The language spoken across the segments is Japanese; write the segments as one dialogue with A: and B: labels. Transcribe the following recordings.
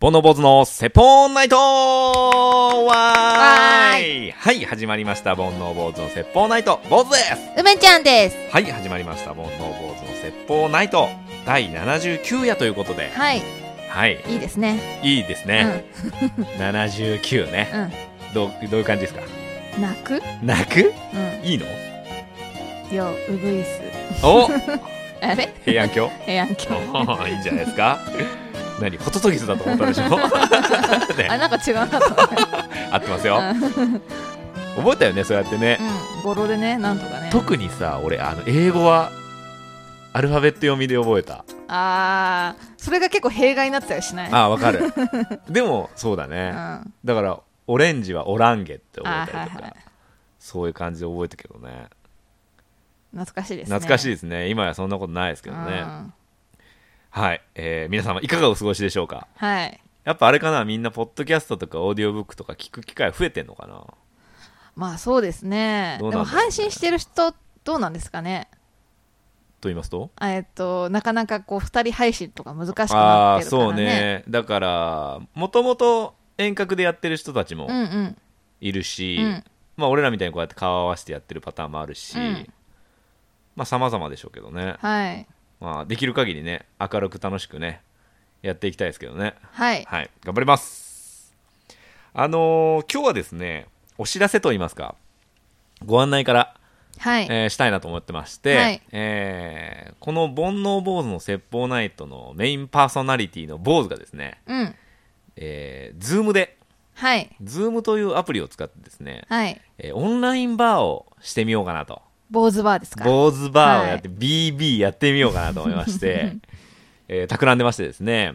A: ボノボズのセポンナイトわーいはい、始まりました。煩悩坊主の説法ナイト、坊主です
B: 梅ちゃんです。
A: はい、始まりました。煩悩坊主の説法ナイト、第79夜ということで、
B: はい、
A: はい、
B: いいですね。
A: いいですね。79ね。
B: うん、
A: どう、どういう感じですか
B: うん、泣く。
A: 泣く
B: う
A: いいの
B: ん、よう、うぐいす。
A: お
B: あれ、
A: 平安京
B: えやんけ。
A: おーいいんじゃないですか何ホトトギスだと思ったでしょ
B: あ、
A: ね
B: なんか違うなと思 って。
A: 合ってますよ。
B: うん
A: 覚えたよね、そうやってね。
B: うん、語呂でね、なんとかね。
A: 特にさ俺あの英語はアルファベット読みで覚えた
B: ああ、それが結構弊害になってたりしない。
A: ああわか るでもそうだ
B: う
A: ね
B: ん、あ
A: だからオレンジはオランゲって覚えたりと
B: あはいはい
A: かそういう感じで覚えたけどね
B: 懐かしいですね。
A: 懐かしい
B: い
A: ですね今やそんなことないですけ
B: け
A: どねはい、えー皆様いかがお過ごしでしょうか
B: はい。
A: やっぱあれかなみんなポッドキャストとかオーディオブックとか聞く機会増えてんのかな
B: まあ、そうですね。で
A: どうなんだろう
B: も、配信してる人、どうなんですかね。
A: と言いますと
B: あえっと、なかなかこう二人配信とか難しく
A: あ
B: な
A: あ
B: っ
A: ー
B: てるからね。
A: そう。ねだからもともと遠隔でやってる人たちも
B: うんうん。
A: いるし、
B: うん
A: まあ俺らみたいにこうやって顔合わせてやってるパターンもあるし、
B: うん
A: まあ様々でしょうけどね、
B: はい。
A: まあできる限りね明るく楽しくねやっていきたいですけどね
B: はい。
A: はい頑張りますあのー今日はですねお知らせといいますかご案内から、
B: はい。
A: えーしたいなと思ってまして、
B: はい
A: えーこの「煩悩坊主の説法ナイト」のメインパーソナリティの坊主がですね、
B: うん。
A: えー、Zoom で
B: はい。
A: Zoom というアプリを使ってですね、
B: はい。
A: えーオンラインバーをしてみようかなと。
B: 坊主バーですか。
A: 坊主バーをやって、BB やってみようかなと思いまして、 えー企んでましてですね、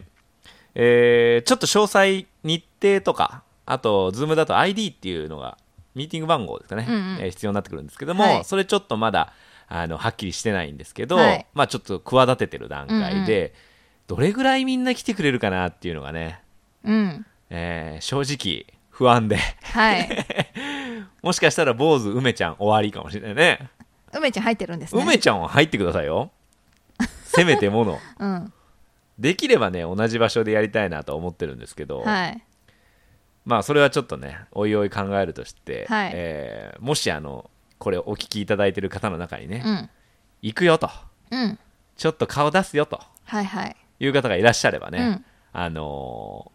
A: えーちょっと詳細、日程とか、あと、ズームだと ID っていうのが、ミーティング番号ですかね、
B: うんうん
A: えー必要になってくるんですけども、
B: はい
A: それちょっとまだ、あの、はっきりしてないんですけど、
B: はい
A: まあちょっと企ててる段階で、どれぐらいみんな来てくれるかなっていうのがね、
B: うん。
A: えー正直、不安で、
B: はい。
A: もしかしたら坊主梅ちゃん終わりかもしれないね。
B: 梅ちゃん入ってるんですね。
A: 梅ちゃんは入ってください よ。せめてもの。
B: うん。
A: できればね、同じ場所でやりたいなと思ってるんですけど、
B: はい。
A: まあそれはちょっとね、おいおい考えるとして、
B: はい
A: えーもしあの、これお聞きいただいてる方の中にね、
B: うん。
A: 行くよと、
B: うん。
A: ちょっと顔出すよと
B: はいはい。
A: いう方がいらっしゃればね、
B: うん
A: あの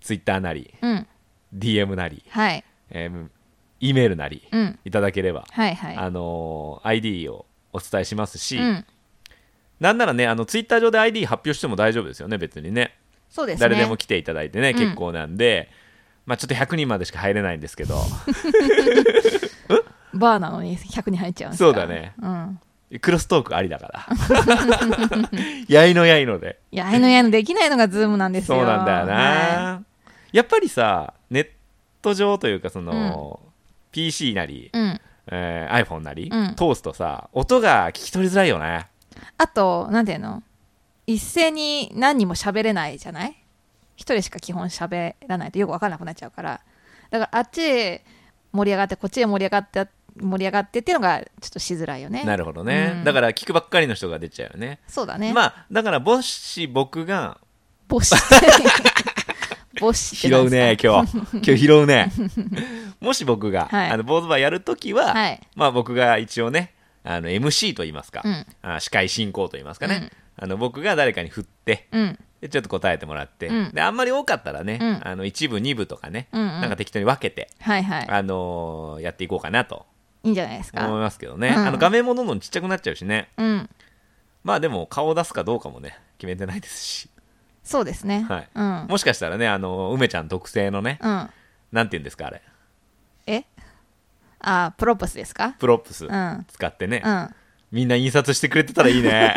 A: ー、Twitter なり、
B: うん。
A: DM なり、
B: はい。
A: えー、E メールなり、
B: うん。
A: いただければ、
B: はいは
A: あのー ID をお伝えしますし、
B: い。うん。
A: なんならね、あの、ツイッター上で ID 発表しても大丈夫ですよね、別にね。
B: そうですね。
A: 誰でも来ていただいてね、
B: うん
A: 結構なんで、まあちょっと100人までしか入れないんですけど、
B: バーなのに100に入っちゃうんです
A: そ
B: か
A: うだ。ね。
B: うん。
A: クロストークありだから。 やいのやいので。
B: いや、あいのやいのできないのがズームなんですよ。
A: そうなんだよな、
B: は
A: やっぱりさ、ネット上というか、その、PC なり、
B: い。うん。
A: えー iPhone なり、
B: うん
A: 通すとさ、音が聞き取りづらいよね。
B: あと、なんていうの一斉に何人も喋れないじゃない一人しか基本喋らないとよく分からなくなっちゃうから。だからあっちへ盛り上がって、こっちへ盛り上がって、盛り上がってっていうのがちょっとしづらいよね。
A: なるほどね、
B: うん
A: だから聞くばっかりの人が出ちゃうよね。
B: そうだね。
A: ま
B: あ、
A: あ、だから、もし僕が
B: ボシ。ボシって
A: 拾
B: なん
A: う
B: ですか
A: ね、今日。今日拾うね。もし僕が、
B: はい
A: あの、坊主バーやるときは、
B: はい
A: まあ僕が一応ね、あの、MC と言いますか、
B: うん
A: あ司会進行と言いますかね、あの、僕が誰かに振って、
B: うん。
A: でちょっと答えてもらって、
B: うん
A: で、あんまり多かったらね、
B: うん
A: あの、一部、二部とかね、
B: うんうん
A: なんか適当に分けて、
B: はいはい。
A: あのーやっていこうかなと
B: いいんじゃないです
A: 思い
B: か。
A: ますけどね。
B: うん
A: あの、画面もどんどんちっちゃくなっちゃうしね、
B: うん。
A: まあでも顔を出すかどうかもね、決めてないですし、
B: そうですね。
A: はい
B: うん。
A: もしかしたらね、あの、梅ちゃん特製のね、
B: うん。
A: なんて言うんですか、あれ、
B: えあ、プロポスですか
A: プロップス
B: うん
A: 使ってね、
B: うん。あ、
A: みんな印刷してくれてたらいいね。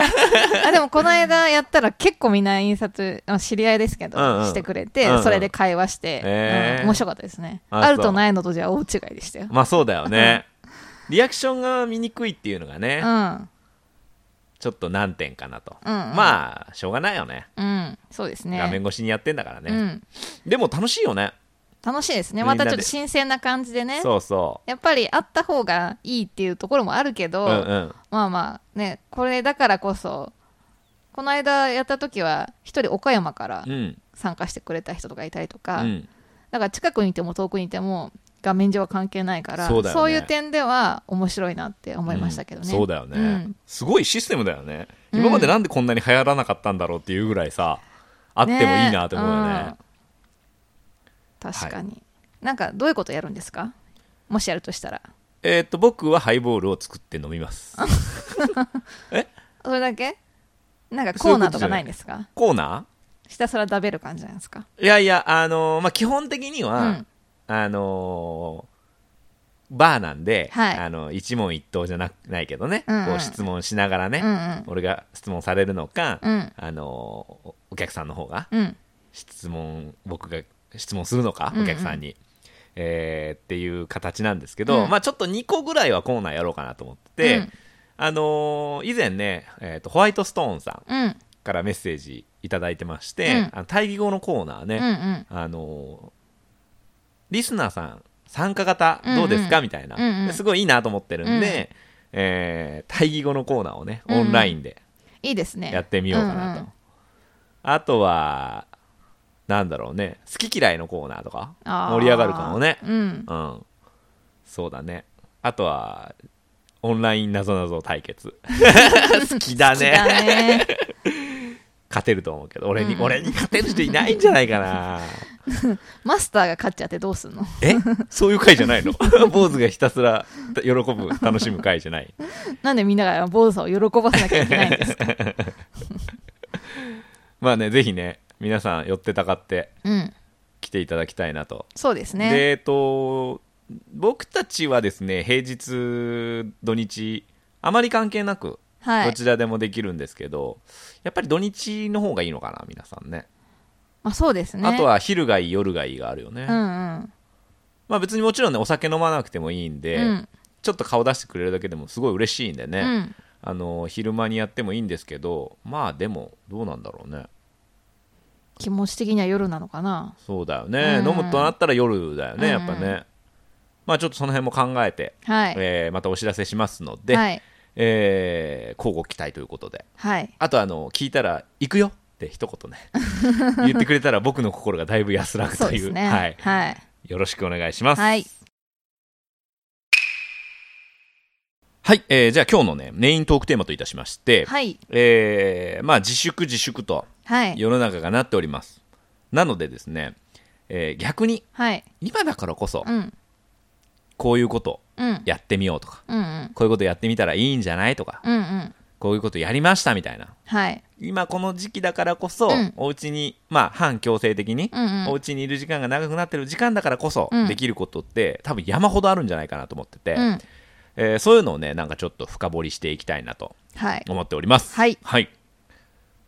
B: でもこの間やったら結構みんな印刷、あ知り合いですけど、
A: うんうん
B: してくれ
A: うんうん
B: て、それで会話して、
A: へー
B: うん面白かったですね。
A: あ
B: ある
A: そう
B: とないのとじゃ大違いでしたよ。
A: まあそうだよね。リアクションが見にくいっていうのがね、
B: うん。
A: ちょっと難点かなと。
B: うんうん
A: まあ、しょうがないよね。
B: うん。そうですね。
A: 画面越しにやってんだから
B: う
A: ね。
B: ん。
A: でも楽しいよね。
B: 楽しいですね。
A: みんなで
B: またちょっと新鮮な感じでね。
A: そうそ
B: やっぱりあった方がいいっていうところもあるけ
A: う。
B: ど、
A: うんうん。
B: まあまあね、これだからこそ、この間やった時は一人岡山から
A: うん
B: 参加してくれた人とかいたりと
A: う
B: か、
A: ん
B: だから近くにいても遠くにいても画面上は関係ないから
A: そうだよね
B: いう点では面白いなって思いましたけどね、
A: うんそうだよね、
B: うん
A: すごいシステムだよね
B: うん
A: 今までなんでこんなに流行らなかったんだろうっていうぐらいさあってもいいなって思うよね
B: ん確かに、なんかどういうことやるんですかもしやるとしたら
A: えーっと僕はハイボールを作って飲みます
B: それだけなんかコーナーとかないんですか
A: コーナ
B: ひたすら食べる感じなんですか
A: ーいやいやあのーまあ基本的には、
B: うん
A: あのーバーなんで、
B: はい
A: あの一問一答じゃなないけどね、
B: うんうん
A: こう質問しながらね、
B: うん
A: 俺が質問されるのか、
B: うんうん
A: あのーお客さんの方が
B: うん
A: 質問僕が質問するのか、
B: うんうん
A: お客さんに、えーっていう形なんですけど、
B: うん
A: まあ、ちょっと2個ぐらいはコーナーやろうかなと思ってて、
B: うん
A: あのー以前ね、えーとホワイトストーンさん
B: うん
A: からメッセージいただいてまして、
B: うん
A: あの対義語のコーナーね、
B: うんうん
A: あのーリスナーさん参加型どうですか、
B: うんうん
A: みたいな、
B: うんうん
A: ですごいいいなと思ってるんで、えー対義語のコーナーをねオンラインで
B: いいですね
A: やってみようかなと、
B: んん
A: あとはなんだろうね好き嫌いのコーナーとか
B: あー
A: 盛り上がるかもね
B: うん
A: うんそうだねあとはオンラインなぞなぞ対決 好きだ
B: 好き
A: ね
B: だね
A: 勝てると思うけど俺に、
B: うん
A: 俺に勝てる人いないんじゃないかな
B: マスターが勝っちゃってどうすんの
A: え そういう回じゃないの 坊主がひたすら喜ぶ楽しむ回じゃない
B: なんでみんなが坊主を喜ばせなきゃいけないんで すか
A: まあねぜひね皆さん寄ってたかって
B: うん
A: 来ていただきたいなと
B: そうです
A: で
B: ね
A: えっと僕たちはですね平日土日あまり関係なく
B: は
A: ど
B: い
A: ちらでもできるんですけど、やっぱり土日の方がいいのかな皆さんね
B: まあそうですね
A: あとは昼がいい夜がいいがあるよね、
B: うんうん
A: まあ別にもちろんねお酒飲まなくてもいいんで、
B: うん
A: ちょっと顔出してくれるだけでもすごい嬉しいんでね、
B: うん
A: あの昼間にやってもいいんですけどまあでもどうなんだろうね
B: 気持ち的には夜なのかな
A: そうだよね、
B: うん
A: 飲むとなったら夜だよね、
B: うんうん
A: やっぱねまあちょっとその辺も考えて
B: はい
A: えーまたお知らせしますので、
B: はい
A: えー、交互期待ということで
B: はい
A: あとあの聞いたら行くよって一言 ね言ってくれたら僕の心がだいぶ安らぐ
B: そう
A: と
B: で
A: い
B: す
A: う
B: ね
A: はい、
B: はい
A: よろしくお願いしますはい、
B: はい
A: えーじゃあ今日のねメイントークテーマといたしまして、
B: はい
A: えーまあ、自粛自粛と
B: はい
A: 世の中がなっておりますなのでですね、えー逆に
B: はい
A: 今だからこそ
B: うん
A: こういうこと
B: うん
A: やってみようとか
B: うんうん
A: こういうことやってみたらいいんじゃないとか
B: うんうん
A: こういうことやりましたみたいな
B: はい
A: 今この時期だからこそ、
B: うん
A: お家にまあ半強制的に、
B: うんうん
A: お家にいる時間が長くなってる時間だからこそ、
B: うん
A: できることって多分山ほどあるんじゃないかなと思ってて、
B: うん
A: えーそういうのをねなんかちょっと深掘りしていきたいなと
B: はい
A: 思っております
B: はい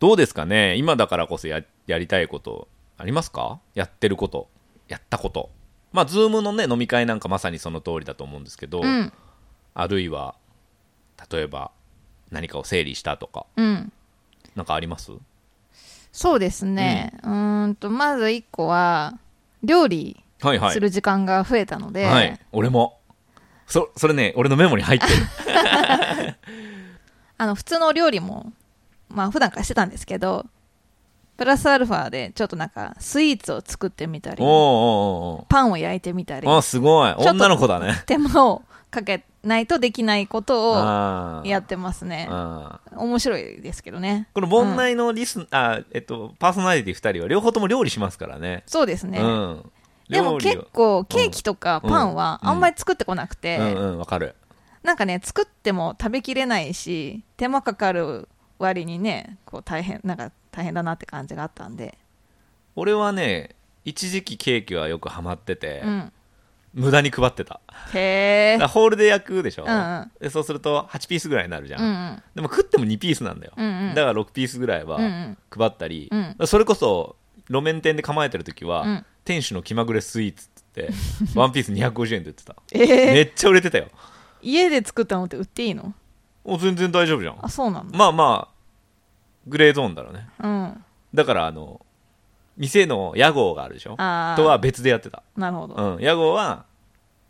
A: どうですかね今だからこそややりたいことありますかやってることやったことまあズームのね飲み会なんかまさにその通りだと思うんですけど、
B: うん
A: あるいは例えば何かを整理したとか
B: うん
A: なんかあります
B: そうですねうーんとまず一個は料理
A: はいはい
B: する時間が増えたので、
A: はい、俺もそそれね俺のメモに 入ってる
B: あの普通の料理もまあ普段からしてたんですけどプラスアルファでちょっとなんかスイーツを作ってみたり
A: おおうおうお
B: パンを焼いてみたり
A: うあすごい
B: ょっと
A: 女の子だね
B: 手間をかけないとできないことを
A: あー
B: やってますね
A: あー
B: 面白いですけどね
A: この問題のリス、あえっとパーソナリティ2人は両方とも料理しますからね
B: そうですね、
A: うん
B: でも
A: 料理を
B: 結構ケーキとかパンは
A: うん
B: あんまり作ってこなくて、
A: うんうんわかる
B: なんかね作っても食べきれないし手間かかる割にねこう大変なんか大変だなって感じがあったんで、
A: 俺はね一時期ケーキはよくハマってて、
B: うん、
A: 無駄に配ってた
B: へえ
A: だからホールで焼くでしょ、
B: うんうん
A: でそうすると8ピースぐらいになるじゃん、
B: うんうん
A: でも食っても2ピースなんだよ、
B: うんうん
A: だから6ピースぐらいは
B: うんうん
A: 配ったり、
B: う
A: それこそ路面店で構えてる時は、
B: うん
A: 店主の気まぐれスイーツって言ってワンピース250円で売ってた
B: えー
A: めっちゃ売れてたよ
B: 家で作ったのって売っていいの
A: お全然大丈夫じゃん
B: あそうなんだ、
A: まあまあグレーゾーンだろうね
B: うん
A: だからあの店の屋号があるでしょ
B: あー
A: とは別でやってた、
B: なるほど、
A: うん、屋号は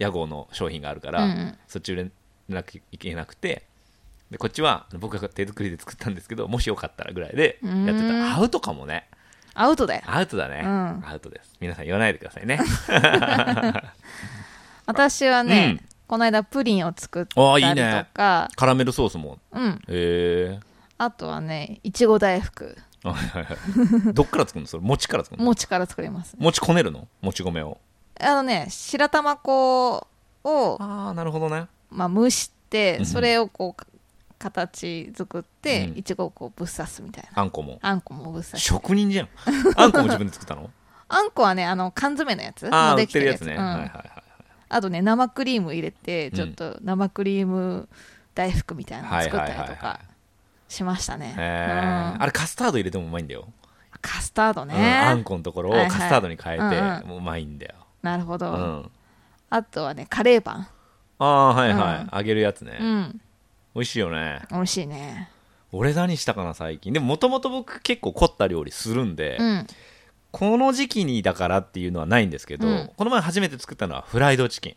A: 屋号の商品があるから、
B: うんうん
A: そっち売れなきゃいけなくてででこっちはあの僕が手作りで作ったんですけどもしよかったらぐらいで
B: う
A: や
B: ーん
A: ってたアウトかもね
B: アウトだよ
A: アウトだね、
B: うん
A: アウトです皆さん言わないでくださ いね
B: 私はね、
A: うん
B: この間プリンを作った
A: あーいい
B: り
A: ね
B: とか
A: カラメルソースも
B: うん、
A: へえ
B: あとはねいちご大福
A: はいはいはい どっから作るのそれ餅から作るの
B: 餅から作ります
A: 餅こねるのもち米を
B: あのね白玉粉を、
A: ああなるほどね
B: まあ、蒸
A: うん
B: し
A: う
B: て
A: ん
B: それをこうか形作って
A: うん
B: いちごをこうぶっ刺すみたいな
A: あんこも
B: あんこもぶっ刺す
A: 職人じ ゃんあんこも自分で作ったの
B: あんこはねあの缶詰のやつ
A: ああ
B: もう
A: 売
B: で
A: っ
B: き
A: てるやつね、
B: うん
A: はいはいはい
B: あとね生クリーム入れて
A: うん
B: ちょっと生クリーム大福みたいなの作ったり
A: はいは
B: と
A: いはいは
B: かしましたね、
A: へえ
B: うん
A: あれカスタード入れてもうまいんだよ、
B: カスタード
A: うんあん
B: ね、
A: このところを
B: はいはい
A: カスタードに変えて、
B: うんうん
A: もううまいんだよ、
B: なるほど、
A: うん
B: あとはねカレーパン
A: ああはいはい、
B: うん
A: 揚げるやつね、
B: うん
A: 美味しいよね
B: 美味しいね
A: 俺何したかな最近でももともと僕結構凝った料理するんで、
B: うん
A: この時期にだからっていうのはないんですけど、
B: うん
A: この前初めて作ったのはフライドチキン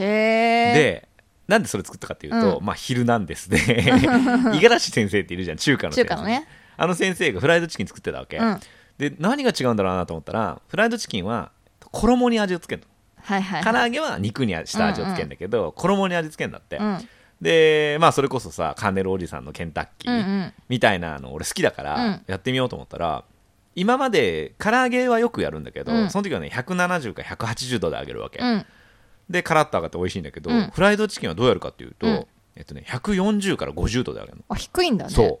B: へえ
A: でなんでそれ作ったかっていうと、
B: う
A: まあ「昼なんです」 で五十嵐先生っているじゃん中華の先
B: 中
A: 生
B: 華のね
A: あの先生がフライドチキン作ってたわけ、
B: うん
A: で何が違うんだろうなと思ったらフライドチキンは衣に味をつける
B: はいはい
A: の唐
B: はい
A: 揚げは肉にした味をつけるんだけど、衣に味つけるんだって、
B: うん
A: でまあそれこそさカーネルおじさんのケンタッキ
B: う
A: ー、
B: んうん
A: みたいなの俺好きだか
B: う
A: ら
B: ん
A: やってみようと思ったら、今まで唐揚げはよくやるんだけど、
B: うん
A: その時はね170か180度で揚げるわけ、
B: うん
A: でカラッと揚がって美味しいんだけど、
B: うん
A: フライドチキンはどうやるかっていうと、
B: うん
A: えっとね140から50度で揚げるの、
B: あ低いんだね
A: そう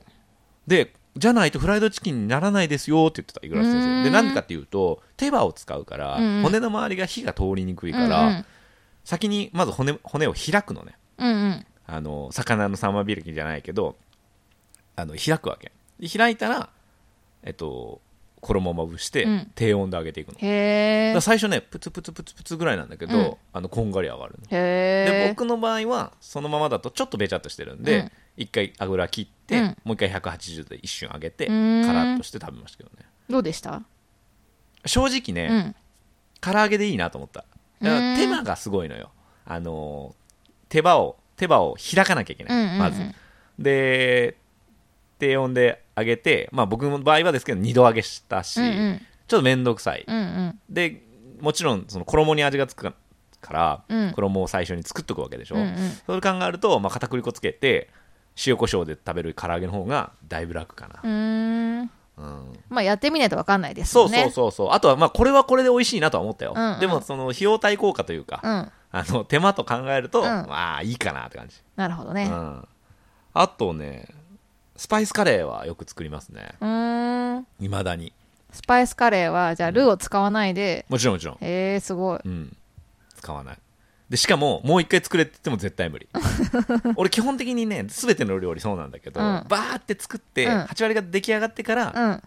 A: でじゃないとフライドチキンにならないですよって言ってた五十嵐先
B: うー
A: 生
B: ん
A: でなんでかっていうと手羽を使うから、
B: うんうん
A: 骨の周りが火が通りにくいから、
B: うん
A: 先にまず骨骨を開くのね
B: うんうんうん
A: あの魚のサマービルキンじゃないけどあの開くわけで開いたら、えっと、衣をまぶして、
B: うん
A: 低温で揚げていくのだか
B: へえ
A: ら最初ねプツプツプツプツぐらいなんだけど、
B: うん
A: あのこんがり上がるので
B: へえ
A: 僕の場合はそのままだとちょっとべちゃっとしてるんで、
B: うん
A: 一回油切って、
B: うん
A: もう一回180度で一瞬揚げて
B: う
A: カ
B: ーん
A: ラッとして食べましたけどね
B: どうでした
A: 正直
B: う
A: ね、
B: ん
A: 唐揚げでいいなと思っただか
B: うー
A: ら
B: ん
A: 手間がすごいのよあのー手羽を手羽を開かなきゃいけ
B: う
A: ない、
B: んうん
A: まずで低温で揚げてまあ僕の場合はですけど2度揚げしたし、
B: うんうん
A: ちょっと面倒くさい、
B: うんうん
A: でもちろんその衣に味がつくから、
B: うん
A: 衣を最初に作っとくわけでしょ、
B: うんうん
A: それ考えると、まあ、片栗粉つけて塩コショウで食べる唐揚げの方がだいぶ楽か
B: うーん
A: な、うん
B: まあやってみないと分かんないです
A: そ
B: よ
A: う
B: ね
A: そうそうそう、あとはまあこれはこれで美味しいなとは思ったよ、
B: うんうん
A: でもその費用対効果というか、
B: うん
A: あの手間と考えると、
B: うん
A: まあいいかなって感じ、
B: なるほど
A: う
B: ね
A: ん、あとねスパイスカレーはよく作りますね
B: うーん
A: いまだに
B: スパイスカレーはじゃあルーを使わないで
A: もちろんもちろん、
B: へえすごい
A: うん、使わないでしかももう一回作れって言っても絶対 無理俺基本的にね全ての料理そうなんだけど、
B: うん
A: バーって作って、
B: うん
A: 8割が出来上がってから、
B: うんう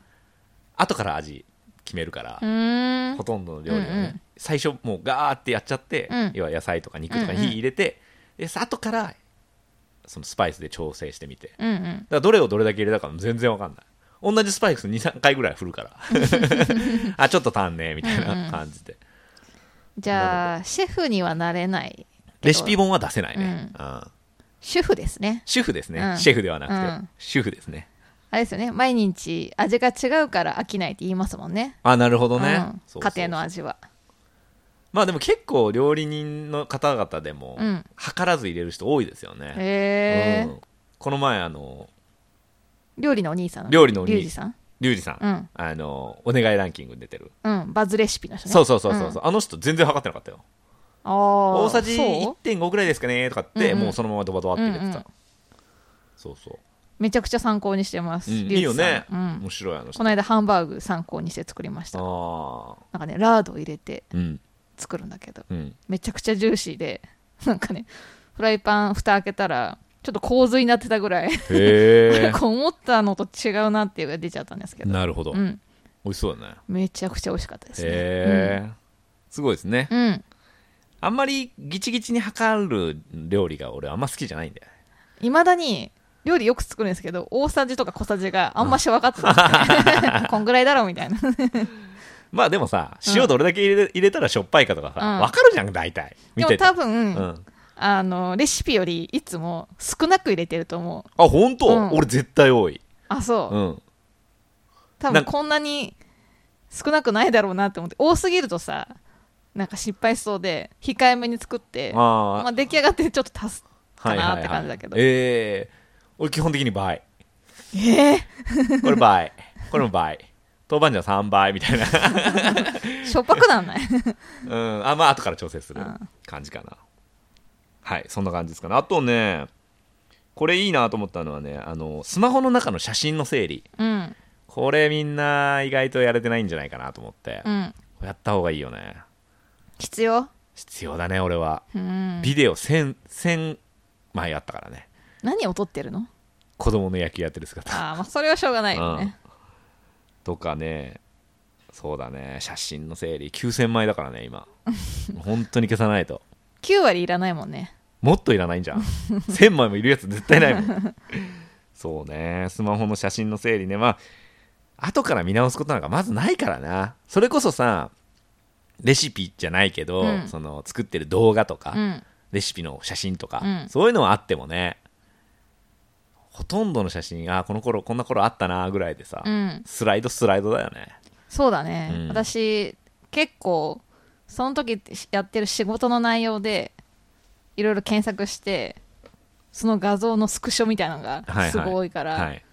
A: 後から味決めるから、
B: ーん
A: ほとんどの料理はね、
B: うんうん
A: 最初もうガーってやっちゃって、
B: うん
A: 要は野菜とか肉とかに火入れて、でさ後からそのスパイスで調整してみてだか
B: うんうん
A: らどれをどれだけ入れたかも全然わかんない同じスパイス23回ぐらい振るから あちょっと足んねえみたいな感じで、
B: じゃあシェフにはなれない
A: レシピ本は出せないね、うん
B: 主婦ですね
A: 主婦ですね、
B: うん
A: シェフではなくて、
B: うん
A: 主婦ですね
B: あれですよね毎日味が違うから飽きないって言いますもんね
A: あなるほどね、
B: うん
A: そうそう
B: 家庭の味は
A: まあでも結構料理人の方々でも、
B: うん
A: 計らず入れる人多いですよね、
B: へ
A: うんこの前あの
B: え料理のお兄さん
A: 料理のお兄
B: リュウジさん
A: リュウジさん、
B: うん
A: あのお願いランキングに出てる、
B: うんバズレシピの人ね
A: そうそうそうそう、うあの人全然測ってなかったよ
B: ああ
A: 大さじ
B: そう
A: 1.5ぐらいですかねとかって、
B: うんうん
A: もうそのままドバドバって入れてた、
B: うんうん
A: そうそう、
B: めちゃくちゃ参考にしてます、
A: うん
B: リュウジさん
A: いいよね、
B: うん、
A: 面白いあの
B: こ
A: 人
B: の間ハンバーグ参考にして作りました
A: あ
B: なんかねラードを入れて
A: ーうん
B: 作るんだけど
A: うん
B: めちゃくちゃジューシーでなんかねフライパン蓋開けたらちょっと洪水になってたぐら
A: へ
B: い、な
A: え
B: んか思ったのと違うなっていうのが出ちゃったんですけど、
A: なるほど、
B: うん、
A: 美味しそうだね
B: めちゃくちゃ美味しかったですね、
A: へえ、すごいですね、
B: うんうん
A: あんまりギチギチに測る料理が俺あんま好きじゃないんだよね
B: いまだに料理よく作るんですけど大さじとか小さじがあんまし分かってない、 こんぐらいだろうみたいな
A: まあでもさ塩どれだけ入れ,、入れたらしょっぱいかとかさ
B: うん
A: 分かるじゃん大体
B: で
A: 見
B: も
A: てて
B: 多分、
A: うん、
B: あのレシピよりいつも少なく入れてると思う
A: あ本当、
B: うん
A: 俺絶対多い
B: あそう、
A: うん
B: 多
A: な
B: 分
A: んか
B: こんなに少なくないだろうなって思って多すぎるとさなんか失敗しそうで控えめに作って
A: あ
B: まあ、出来上がってちょっと足す
A: あ
B: かなって感じだけど、
A: ええ俺基本的に倍
B: え
A: これ倍これも倍 豆板醤3倍みたいな
B: ーしょっぱくな んない
A: うんあまあ後から調整する
B: うん
A: 感じかなはいそんな感じですかねあとねこれいいなと思ったのはねあのスマホの中の写真の整理
B: うん
A: これみんな意外とやれてないんじゃないかなと思って、
B: うん
A: やった方がいいよね
B: 必要
A: 必要だね俺は
B: うん
A: ビデオ1000 1000枚あったからね
B: 何を撮ってるの
A: 子供の野球やってる姿
B: ああまあそれはしょうがないよね、
A: とかねそうだね写真の整理9000枚だからね今 本当に消さないと
B: 9割いらないもんね
A: もっといらないんじゃん 1000枚もいるやつ絶対ないもんそうねスマホの写真の整理ねまあ後から見直すことなんかまずないからなそれこそさレシピじゃないけど、
B: うん
A: その作ってる動画とか、
B: うん
A: レシピの写真とか、
B: うん
A: そういうのはあってもねほとんどの写真あこの頃こんな頃あったなぐらいでさ、
B: うん
A: スライドスライドだよね
B: そうだね、
A: うん
B: 私結構その時やってる仕事の内容でいろいろ検索してその画像のスクショみたいなの
A: はいは
B: が
A: い
B: すごい多いから、
A: はい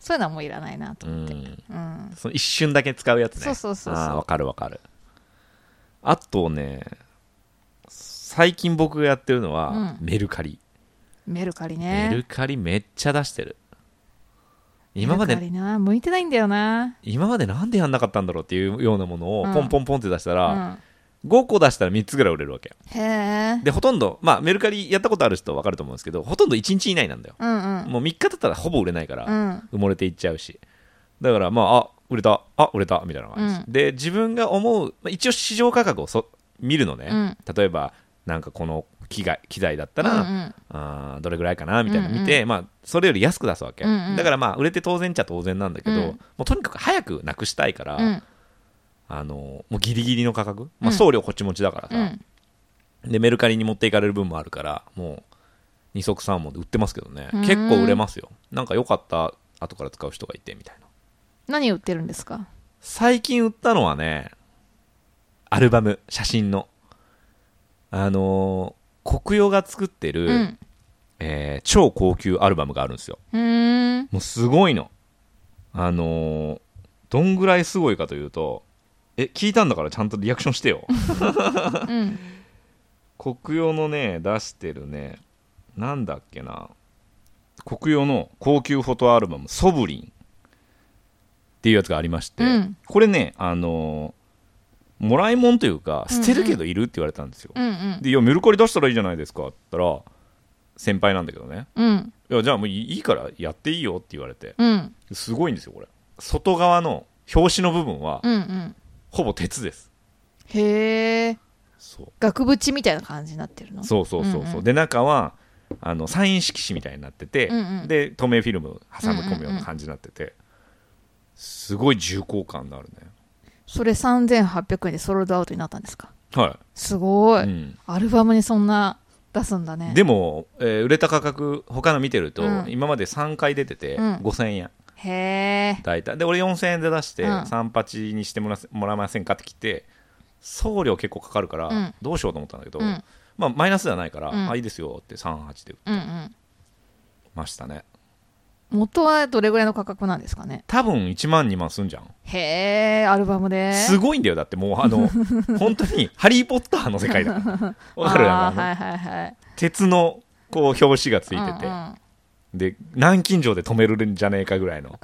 B: そういうのはもういらないなと
A: う
B: 思って、
A: ん
B: うん
A: その一瞬だけ使うやつね
B: そうそうそうそう
A: あーわかるわかるあとね最近僕がやってるのは、
B: うん
A: メルカリ、
B: メルカリ
A: メ
B: ね
A: ルカリめっちゃ出してる今ま
B: メルカ
A: で
B: リな向いてないんだよな
A: 今までなんでやんなかったんだろうっていうようなものを
B: うん
A: ポンポンポンって出したら、5個出したら3つぐらい売れるわけ
B: うん、へえ
A: でほとんど、まあ、メルカリやったことある人は分かると思うんですけどほとんど1日以内なんだよ、
B: うんうん
A: もう3日経ったらほぼ売れないから、
B: うん
A: 埋もれていっちゃうしだからまああ売れたあ売れたみたいな感じ、
B: う
A: で自分が思う、まあ、一応市場価格をそ見るのね、
B: う
A: 例えばなんかこの機材機材だったら、
B: うん
A: あーどれぐらいかなみたいなの見
B: うん
A: て、まあ、それより安く出すわけ、
B: うんうん
A: だからまあ売れて当然っちゃ当然なんだけど、
B: うん
A: もうとにかく早くなくしたいから、
B: うんうん
A: あのもうギリギリの価格、
B: う
A: まあ、
B: ん
A: 送料こっち持ちだからさ、
B: うん
A: でメルカリに持っていかれる分もあるからもう2足3本で売ってますけどね
B: うん
A: 結構売れますよなんか良かった後から使う人がいてみたいな
B: 何売ってるんですか
A: 最近売ったのはねアルバム写真のあのーコクヨが作ってる、
B: うん
A: えー超高級アルバムがあるんですよ
B: うーん
A: もうすごいのあのーどんぐらいすごいかというとえ聞いたんだからちゃんとリアクションしてよ
B: うん
A: 黒曜のね出してるねなんだっけな黒曜の高級フォトアルバム「ソブリン」っていうやつがありまして、
B: うん
A: これねあのーもらいもんというか
B: うんう
A: 捨て
B: ん
A: るけどいるって言われたんですよ、
B: うんうん
A: でいやメルカリ出したらいいじゃないですかって言ったら先輩なんだけどね
B: うん
A: いやじゃあもういいいいからやっていいよって言われて
B: うん
A: すごいんですよこれ外側の表紙の部分は
B: うんうん
A: ほぼ鉄です、
B: へえ
A: そう
B: 額縁みたいな感じになってるの
A: そうそうそうそう、
B: うんうん
A: で中はあのサイン色紙みたいになってて、
B: うんうん
A: で透明フィルム挟み込むような感じになってて、すごい重厚感のあるね
B: それ3800円でソールドアウトになったんですか
A: は
B: すごい、
A: い、うん
B: アルバムにそんな出すんだね
A: でも、えー売れた価格他の見てると、
B: うん
A: 今まで3回出てて、
B: うん
A: 5000円
B: へえ
A: 大体で俺4000円で出して、
B: うん
A: 3八にしてもらせもらえませんかって来て送料結構かかるから、
B: うん
A: どうしようと思ったんだけど、
B: うん
A: まあ、マイナスではないから、
B: うん
A: あいいですよって38で売
B: うんうん
A: りましたね
B: 元はどれぐらいの価格なんですかね
A: 多分1万2万すんじゃん
B: へえアルバムです
A: ごいんだよだってもうあ の本当に「ハリー・ポッター」の世界だわかる
B: あ
A: あ
B: ー
A: の、
B: はいはいはい
A: 鉄のこう表紙がついてて、
B: うんうん
A: で南京錠で止めるんじゃねえかぐらい の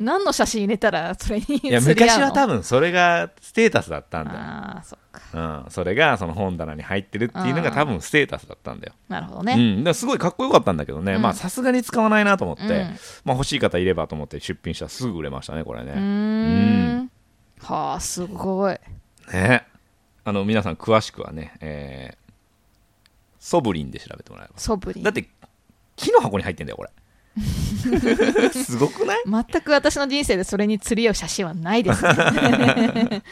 B: 何の写真入れたらそれに
A: いや
B: 釣り合う
A: 昔
B: の
A: は多分それがステータスだったんだよ
B: ああそっか
A: うん、それがその本棚に入ってるっていうのが
B: うん
A: 多分ステータスだったんだよ、
B: なるほど
A: う
B: ね、
A: ん、だからすごいかっこよかったんだけどね
B: うん
A: まあさすがに使わないなと思って、
B: うん
A: まあ、欲しい方いればと思って出品したらすぐ売れましたねこれ
B: うー
A: ね、
B: んはあすごい
A: ねあの皆さん詳しくはね、えーソブリンで調べてもらえば
B: そぶり
A: だって木の箱に入ってんだよこ れすごくない
B: 全く私の人生でそれに釣り合う写真はないですね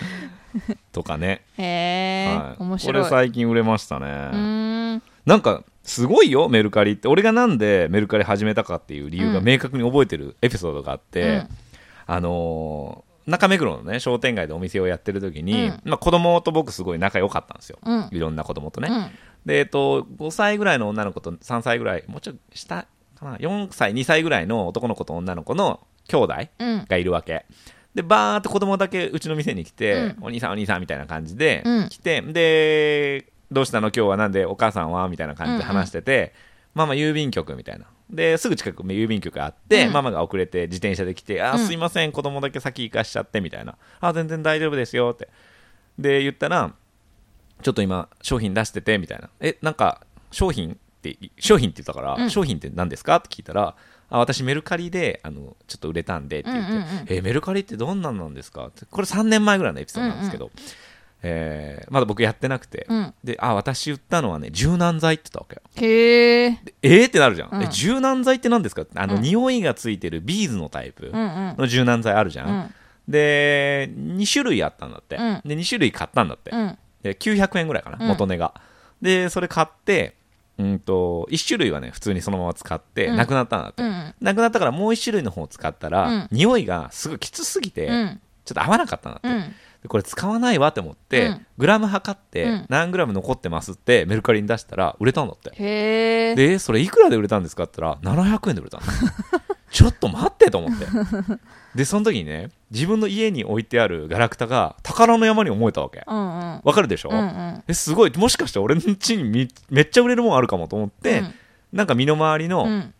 A: とかね、
B: へえ、
A: はい
B: 面
A: こ
B: 白
A: れ
B: い
A: 最近売れました
B: う
A: ね
B: ーん
A: なんかすごいよメルカリって俺がなんでメルカリ始めたかっていう理由が
B: うん
A: 明確に覚えてるエピソードがあって、
B: うん
A: あのー中目黒のね商店街でお店をやってる時に、
B: うん
A: まあ、子供と僕すごい仲良かったんですよ、
B: うん
A: いろんな子供とね、
B: うん
A: で、えっと、5歳ぐらいの女の子と3歳ぐらい、もうちょい下かな、4歳、2歳ぐらいの男の子と女の子の兄弟
B: うん
A: がいるわけ。で、バーっと子供だけうちの店に来て、お兄さんお兄さんみたいな感じで
B: うん
A: 来て、で、どうしたの今日はなんでお母さんはみたいな感じで話してて、ママ郵便局みたいな。で、すぐ近く郵便局があって、
B: うん
A: ママが遅れて自転車で来て、あ
B: う
A: ー、
B: ん
A: すいません、子供だけ先行かしちゃってみたいな。あー、全然大丈夫ですよって。で、言ったら、ちょっと今商品出しててみたいなえなんか商品って商品って言ったから、
B: うん
A: 商品って何ですかって聞いたらあ私メルカリであのちょっと売れたんでって言って、
B: うんうんうん
A: えメルカリってどんなんなんですかってこれ3年前ぐらいのエピソードなんですけど、えーまだ僕やってなくて、
B: うん
A: であ私言ったのはね柔軟剤って言ったわけよ
B: へえ
A: でえーってなるじゃん、
B: うん
A: え柔軟剤って何ですかあの、
B: うん
A: 匂いがついてるビーズのタイプ
B: うんうん
A: の柔軟剤あるじゃん、
B: うん
A: で2種類あったんだって、
B: うん
A: で2種類買ったんだって、
B: うん
A: で900円ぐらいかな、
B: うん
A: 元値がでそれ買ってうんと1種類はね普通にそのまま使って、
B: うん
A: なくなったんだって、
B: うん
A: なくなったからもう1種類の方を使ったら、
B: うん
A: 匂いがすごいきつすぎて、
B: うん
A: ちょっと合わなかったんだって、
B: うん
A: でこれ使わないわって思って、
B: うん
A: グラム測って
B: うん
A: 何グラム残ってますってメルカリに出したら売れたんだって、
B: へえ
A: でそれいくらで売れたんですかって言ったら700円で売れた んだちょっと待ってと思ってでその時にね自分の家に置いてあるガラクタが宝の山に思えたわけ
B: うんうん
A: わかるでしょ、
B: うんうん
A: えすごいもしかして俺の家にみめっちゃ売れるもんあるかもと思って、
B: うん
A: なんか身の回りの、
B: うん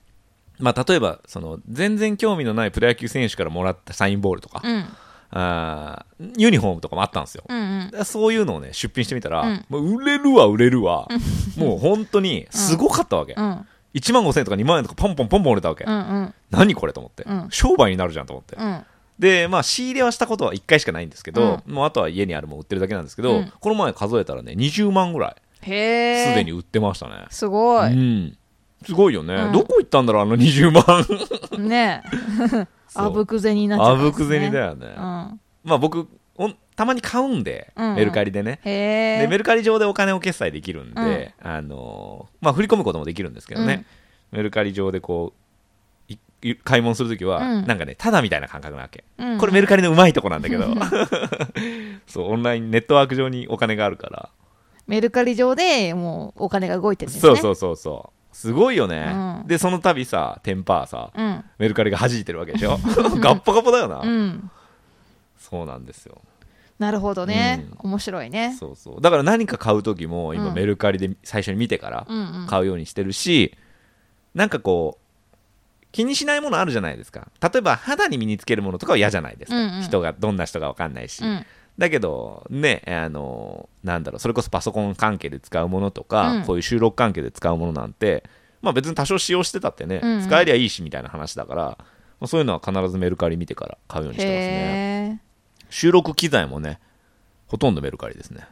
A: まあ、例えばその全然興味のないプロ野球選手からもらったサインボールとか、
B: うん
A: あーユニフォームとかもあったんですよ、
B: うんうん
A: だからそういうのをね出品してみたら、
B: うん
A: もう売れるわ売れるわ、もう本当にすごかったわけ、
B: うん
A: 1万5000円とか2万円とかポンポンポンポン売れたわけ、
B: うんうん
A: 何これと思って、
B: うん
A: 商売になるじゃんと思って、
B: うん
A: でまあ仕入れはしたことは1回しかないんですけど、もうあとは家にあるもん売ってるだけなんですけど、
B: うん
A: この前数えたらね20万ぐらい
B: へえ
A: すでに売ってましたね。
B: すご
A: う
B: い
A: ん、すごいよね、
B: うん
A: どこ行ったんだろう、あの20万。
B: ねえ
A: そう
B: あぶく銭になっちゃ
A: あ
B: うん
A: ぶ
B: です
A: く
B: ね
A: 銭だよね。
B: うん
A: まあ僕、おんたまに買うんで、
B: うんうん
A: メルカリでね。
B: へ
A: で
B: え
A: メルカリ上でお金を決済できるんで、あのーまあ、振り込むこともできるんですけどね、メルカリ上でこういい買い物するときは、
B: うん
A: なんかねただみたいな感覚なわけ、
B: うん
A: これメルカリのうまいとこなんだけど そうオンラインネットワーク上にお金があるから、
B: メルカリ上でもうお金が動いてるんです
A: そう
B: ね
A: そううそうそうすごいよね、
B: うん
A: でその度さテンパーさ、
B: うん
A: メルカリが弾いてるわけでしょ ガッポガポだよな、
B: うん
A: そうなんですよ
B: なるほどね
A: うん
B: 面白いね
A: そうそうだから何か買う時も今
B: うん
A: メルカリで最初に見てから
B: うんうん
A: 買うようにしてるし、なんかこう気にしないものあるじゃないですか例えば肌に身につけるものとかは嫌じゃないですか、
B: うんうん
A: 人がどんな人か分かんないし、
B: うん
A: だけどねあのなんだろうそれこそパソコン関係で使うものとか、
B: うん
A: こういう収録関係で使うものなんてまあ別に多少使用してたってね、
B: うんうん
A: 使えりゃいいしみたいな話だから、まあ、そういうのは必ずメルカリ見てから買うようにしてますね
B: へえ
A: 収録機材もねほとんどメルカリですね、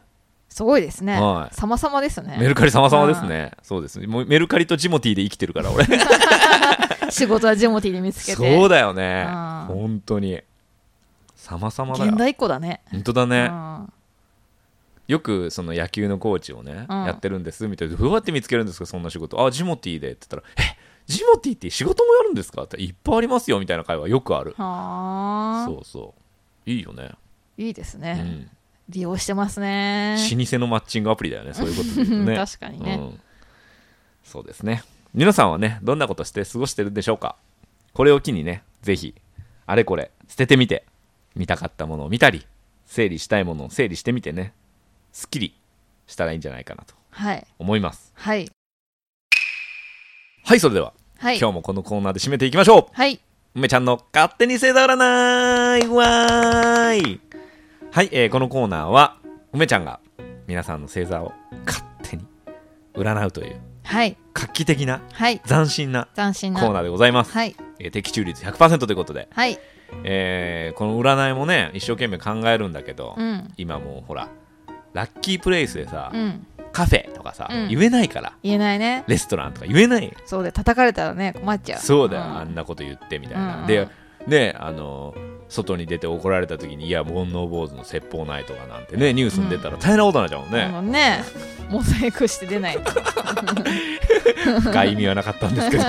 B: すごいですね
A: はい
B: 様々です
A: メ
B: ね
A: ルカリ様々ですね、そうですねもうメルカリとジモティーで生きてる から俺
B: 仕事はジモティーで見つけて
A: そうだよね
B: あー
A: 本当に様々だよ
B: 現代っ子だね
A: 本当だ
B: う
A: ね、
B: ん
A: よくその野球のコーチをね、
B: うん
A: やってるんですみたいなどうやって見つけるんですかそんな仕事あジモティーでって言ったらえジモティーって仕事もやるんですかっていっぱいありますよみたいな会話よくある
B: はあ
A: そうそういいよね、
B: いいです
A: う
B: ね
A: ん、
B: 利用してますね
A: 老舗のマッチングアプリだよ ねそういうことで
B: う
A: 言うんとね
B: 確かにね
A: うん、そうですね皆さんはねどんなことして過ごしてるんでしょうかこれを機にねぜひあれこれ捨ててみて見たかったものを見たり整理したいものを整理してみてねすっきりしたらいいんじゃないかなと
B: はい
A: 思います
B: はい
A: はいそれでは、
B: はい
A: 今日もこのコーナーで締めていきましょ
B: はいう
A: 梅ちゃんの勝手に星座占いわーいはい、えーこのコーナーは梅ちゃんが皆さんの星座を勝手に占うという
B: はい
A: 画期的な
B: はい
A: 斬新な
B: 斬新な
A: コーナーでございます、
B: はい
A: えー的中率100%ということで、
B: はい
A: えーこの占いもね一生懸命考えるんだけど、
B: うん
A: 今もうほらラッキープレイスでさ、
B: うん
A: カフェとかさ、
B: うん
A: 言えないから
B: 言えないね
A: レストランとか言えない
B: そうで叩かれたらね困っちゃう
A: そうだよ、
B: ん
A: あんなこと言ってみたいな、
B: うん
A: でねあの外に出て怒られた時にいや煩悩坊主の説法ないとかなんてねニュースに出たら大変なことになっちゃうもん
B: あ
A: ね、
B: のねモザイクして出ない
A: 深い意味はなかったん ですけど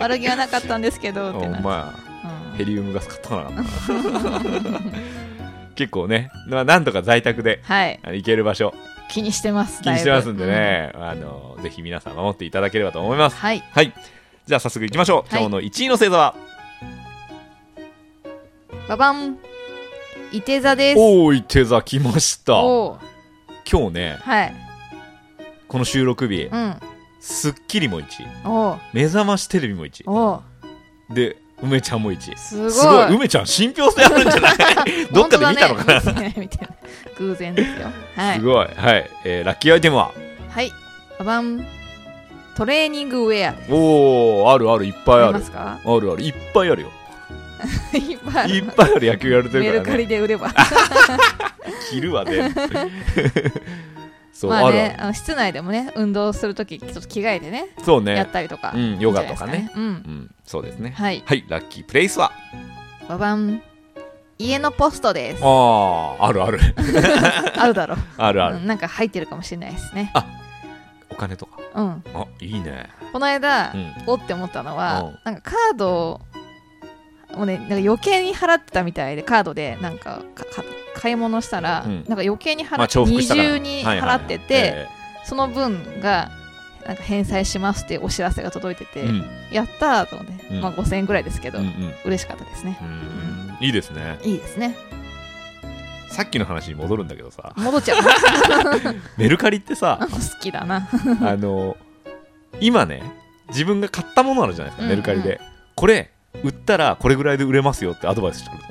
B: 悪気はなかったんですけどっ
A: ほ
B: て
A: ん
B: な
A: まあ
B: うん
A: ヘリウムガス買ったかなか ったな結構ね、まあ、なんとか在宅で
B: はい
A: あの行ける場所
B: 気にしてます
A: 気
B: だい
A: に
B: ぶ
A: してますんでね、あのぜひ皆さん守っていただければと思います
B: はい
A: はいじゃあ早速行きましょう、
B: はい
A: 今日の1位の星座は
B: ババンいて座です
A: おおい手座来ました
B: おー
A: 今日ね
B: はい
A: この収録日
B: うん
A: 『スッキリ』も1位
B: おー
A: 『目覚ましテレビ』も1
B: おー
A: 位で梅ちゃんも1位
B: すごい
A: すごい梅ちゃん信憑性あるんじゃない どっかで見たのかな、
B: な、ね、見てない偶然ですよは
A: す
B: い
A: ごいはい、えーラッキーアイテムは
B: はいババントレーニングウェアです
A: おおあるあるいっぱい
B: あ
A: あ
B: りま
A: る
B: すか
A: あるあるいっぱいある よ
B: いっぱいある
A: いっぱいある野球やれて
B: メ
A: るか
B: ル
A: ら
B: カ
A: ね
B: リで売れば
A: 着るわね そう、
B: ま
A: あ
B: あ
A: る
B: ね
A: あ
B: あの室内でもね運動するときちょっと着替えてね
A: るそう
B: や
A: ね
B: ったりとか、
A: うんヨガとかね
B: いいんじゃないですかね
A: うんそうです
B: うん
A: ね
B: はい
A: はいラッキープレイスは
B: ババン家のポスト です
A: あああるあ る
B: 合うだろう
A: あるあ
B: う
A: る
B: んなんか入ってるかもしれないですね
A: お金とか
B: うん
A: あいいね
B: この間、
A: うん
B: おって思ったのは、
A: うん
B: なんかカードをねなんか余計に払ってたみたいでカードでなんかかか買い物したら、
A: うん
B: なんか余計に払
A: まあ
B: って、
A: 重複
B: 二
A: したから
B: 重に
A: はいはいは
B: 払
A: い
B: ってて、
A: え
B: その分がなんか返済しますっていうお知らせが届いて
A: え
B: て、
A: うん
B: やったーと思って、
A: うん
B: まあ、5000円ぐらいですけど、
A: うんうん
B: 嬉しかったですね
A: うーんいいですね
B: いいですね
A: さっきの話に戻るんだけどさ
B: 戻っ ちゃう
A: メルカリって
B: あ
A: さ
B: の好きだな
A: あの今ね自分が買ったものあるじゃないですかメルカリ
B: うんう
A: でこれ売ったらこれぐらいで売れますよってアドバイスしてくるの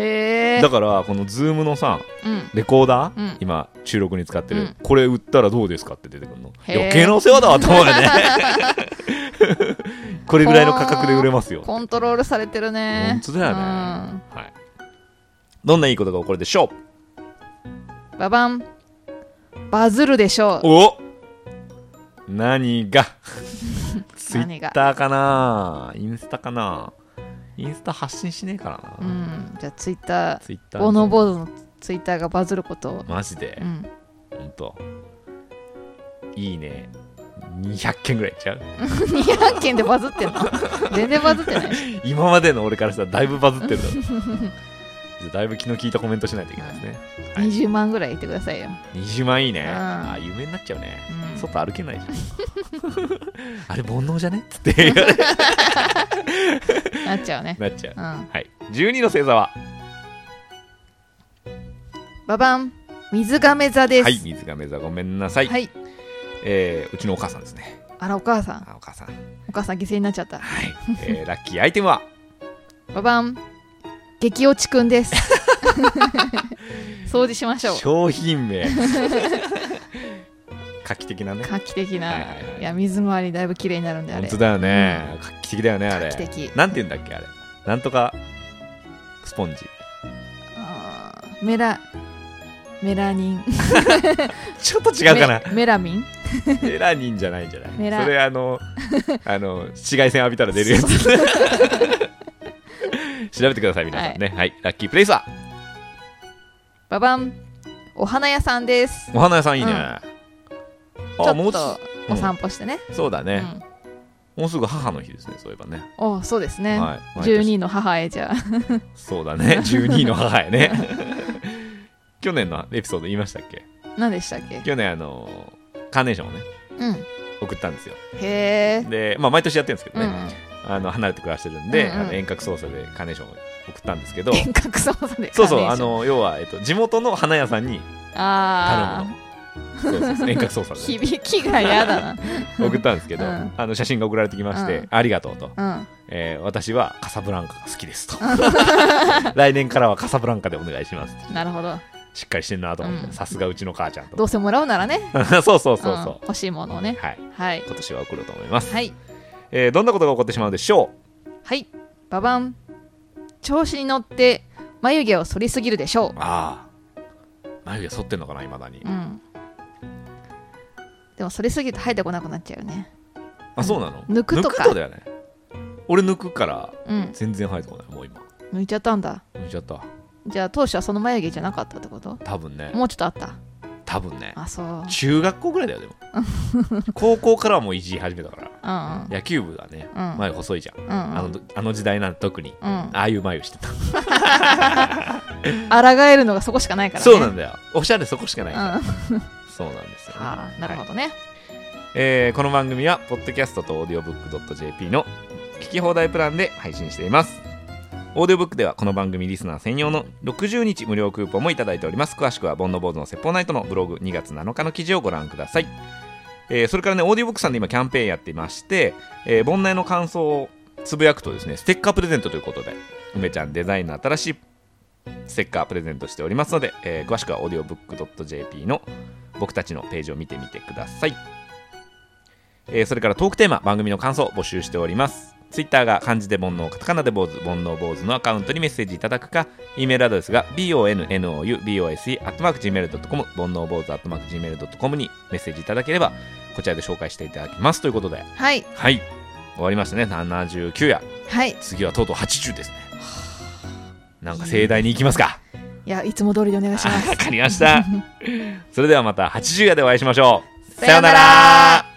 B: へえ
A: だからこのズームのさ
B: うん
A: レコーダー、
B: うん
A: 今収録に使ってる、
B: うん
A: これ売ったらどうですかって出てくるの
B: へー
A: 余計なお世話だわと思う よねこれぐらいの価格で売れますよ
B: コントロールされてるね
A: 本当だよね、はい、どんないいことが起こるでしょう
B: うんババンバズるでしょう
A: お何 がツイ
B: 何が
A: ッターかなインスタかなインスタ発信しねえから
B: う
A: な、
B: んじゃあツイッター
A: ツイッター
B: ボノボードのツイッターがバズることを
A: マジで
B: う、ん
A: ほんといいね200件ぐらいいっちゃう
B: 200件でバズってんの 全然バズってないでしょ
A: 今までの俺からしたらだいぶバズってるだろじゃ あだいぶ気の利いたコメントしないといけないですね、はい
B: 20万ぐらい言ってくださいよ
A: 20万いいね、
B: うん
A: ああ夢になっちゃうね、
B: うん
A: 外歩け ないじゃんあれ煩悩じゃねっつって言われ
B: なっちゃうね
A: なっちゃう
B: うん
A: はい12の星座は
B: ババン水亀座です
A: はい水亀座ごめんなさい、
B: はい
A: えーうちのお母さんですね
B: あらお母さん
A: あお母さん
B: お母さん犠牲になっちゃった
A: はい、えーラッキーアイテムは
B: ババン激落ちくんです 掃除しましょう
A: 商品 名画期的なね
B: 画期的な、
A: はい
B: い
A: はいはい
B: や水回りだいぶ綺麗になるんであ
A: 本
B: れ
A: 当だよね、画期的だよねあれ
B: 画期的
A: なんて言うんだっけあれなんとかスポンジ
B: あーメラメラニン
A: ちょっと違うかな
B: メメラミン
A: メラニンじゃないんじゃない
B: メラ
A: それあ のあの紫外線浴びたら出るやつ調べてください皆さんねはい、ラッキープレイスは
B: ババンお花屋さんですち
A: お花屋さんいいね、
B: うん
A: あ
B: ょ
A: もうす
B: っと
A: うん
B: お散歩してね、
A: そうだね、もうすぐ母の日ですねそういえばね、
B: うん、おそうですね、
A: はい毎年
B: 12の母へじゃあ
A: そうだね12の母やね去年のエピソード言いましたっけ
B: 何でしたっけ
A: 去年あのカーネーションをね
B: うん
A: 送ったんですよ
B: へえ、
A: でまあ毎年やってるんですけど
B: うんう
A: ね、
B: ん、
A: あの離れて暮らしてるんで、
B: うんうん
A: あの遠隔操作でカーネーションを送ったんですけど
B: 遠隔操作で
A: そうそう
B: カーネー
A: あ
B: ション
A: の要は、えっと、地元の花屋さんに頼
B: あ
A: むのそう そうそう遠隔操
B: ー
A: 作で
B: 響きが嫌だ
A: 送ったんですけど、
B: うん
A: あの写真が送られてきまして、
B: うん
A: ありがとうと、
B: なうん
A: えー私はカサブランカが好きですと 来年からはカサブランカでお願いします
B: なるほど
A: しっかりしてんなと思っ
B: う
A: て
B: ん
A: さすがうちの母ちゃんと
B: どうせもらうならね
A: そうそうそう
B: うん
A: そ
B: 欲しいものを
A: う
B: ね
A: はい
B: はい
A: 今年は送ろうと思います、
B: はい
A: えーどんなことが起こってしまうでしょ
B: はいババン調子に乗って眉毛を剃りすぎるでしょ
A: うああ眉毛剃ってんのかないまだに、
B: ううんでも剃りすぎると生えてこなくなっちゃうよね
A: あそうなの
B: 抜くとか
A: だよね俺抜くから
B: うん
A: 全然生えてこないもう今
B: 抜いちゃったんだ
A: 抜いちゃった
B: じゃあ当初はその眉毛じゃなかったってこと
A: 多分ね
B: もうちょっとあった
A: 多分ね
B: あそううん
A: 中学校ぐらいだよ でも高校からはもういじり始めたから
B: うん
A: 野球部がね
B: うん
A: 眉細いじゃん、
B: うんうん
A: あのあの時代なんて特に、
B: うん
A: ああいう眉してた、
B: 抗えるのがそこしかないからね
A: そうな
B: だ
A: んだよおしゃれそこしかない、
B: うん
A: そうなんですよ、ね
B: はあなるほどね
A: えーこの番組はポッドキャストとオーディオブックドット JP の聞き放題プランで配信していますオーディオブックではこの番組リスナー専用の60日無料クーポンもいただいております詳しくはボンドボーズの説法ナイトのブログ2月7日の記事をご覧ください、えーそれからねオーディオブックさんで今キャンペーンやっていまして、えー、盆内の感想をつぶやくとですねステッカープレゼントということで梅ちゃんデザインの新しいステッカープレゼントしておりますので、えー詳しくはオーディオブックドット JP の僕たちのページを見てみてくださいえーそれからトークテーマ番組の感想を募集しておりますツイッターが漢字で煩悩カタカナで坊主煩悩坊主のアカウントにメッセージいただくか e メールアドレスが bonoubose.gmail.com 煩悩坊主 .gmail.com にメッセージいただければこちらで紹介していただきますということで
B: はい
A: はい終わりましたね79夜
B: はいい
A: 次はとうとう80ですねなんか盛大にいきます か
B: やいつも通りでお願いします
A: わかりましたそれではまた80夜でお会いしましょう
B: さようなら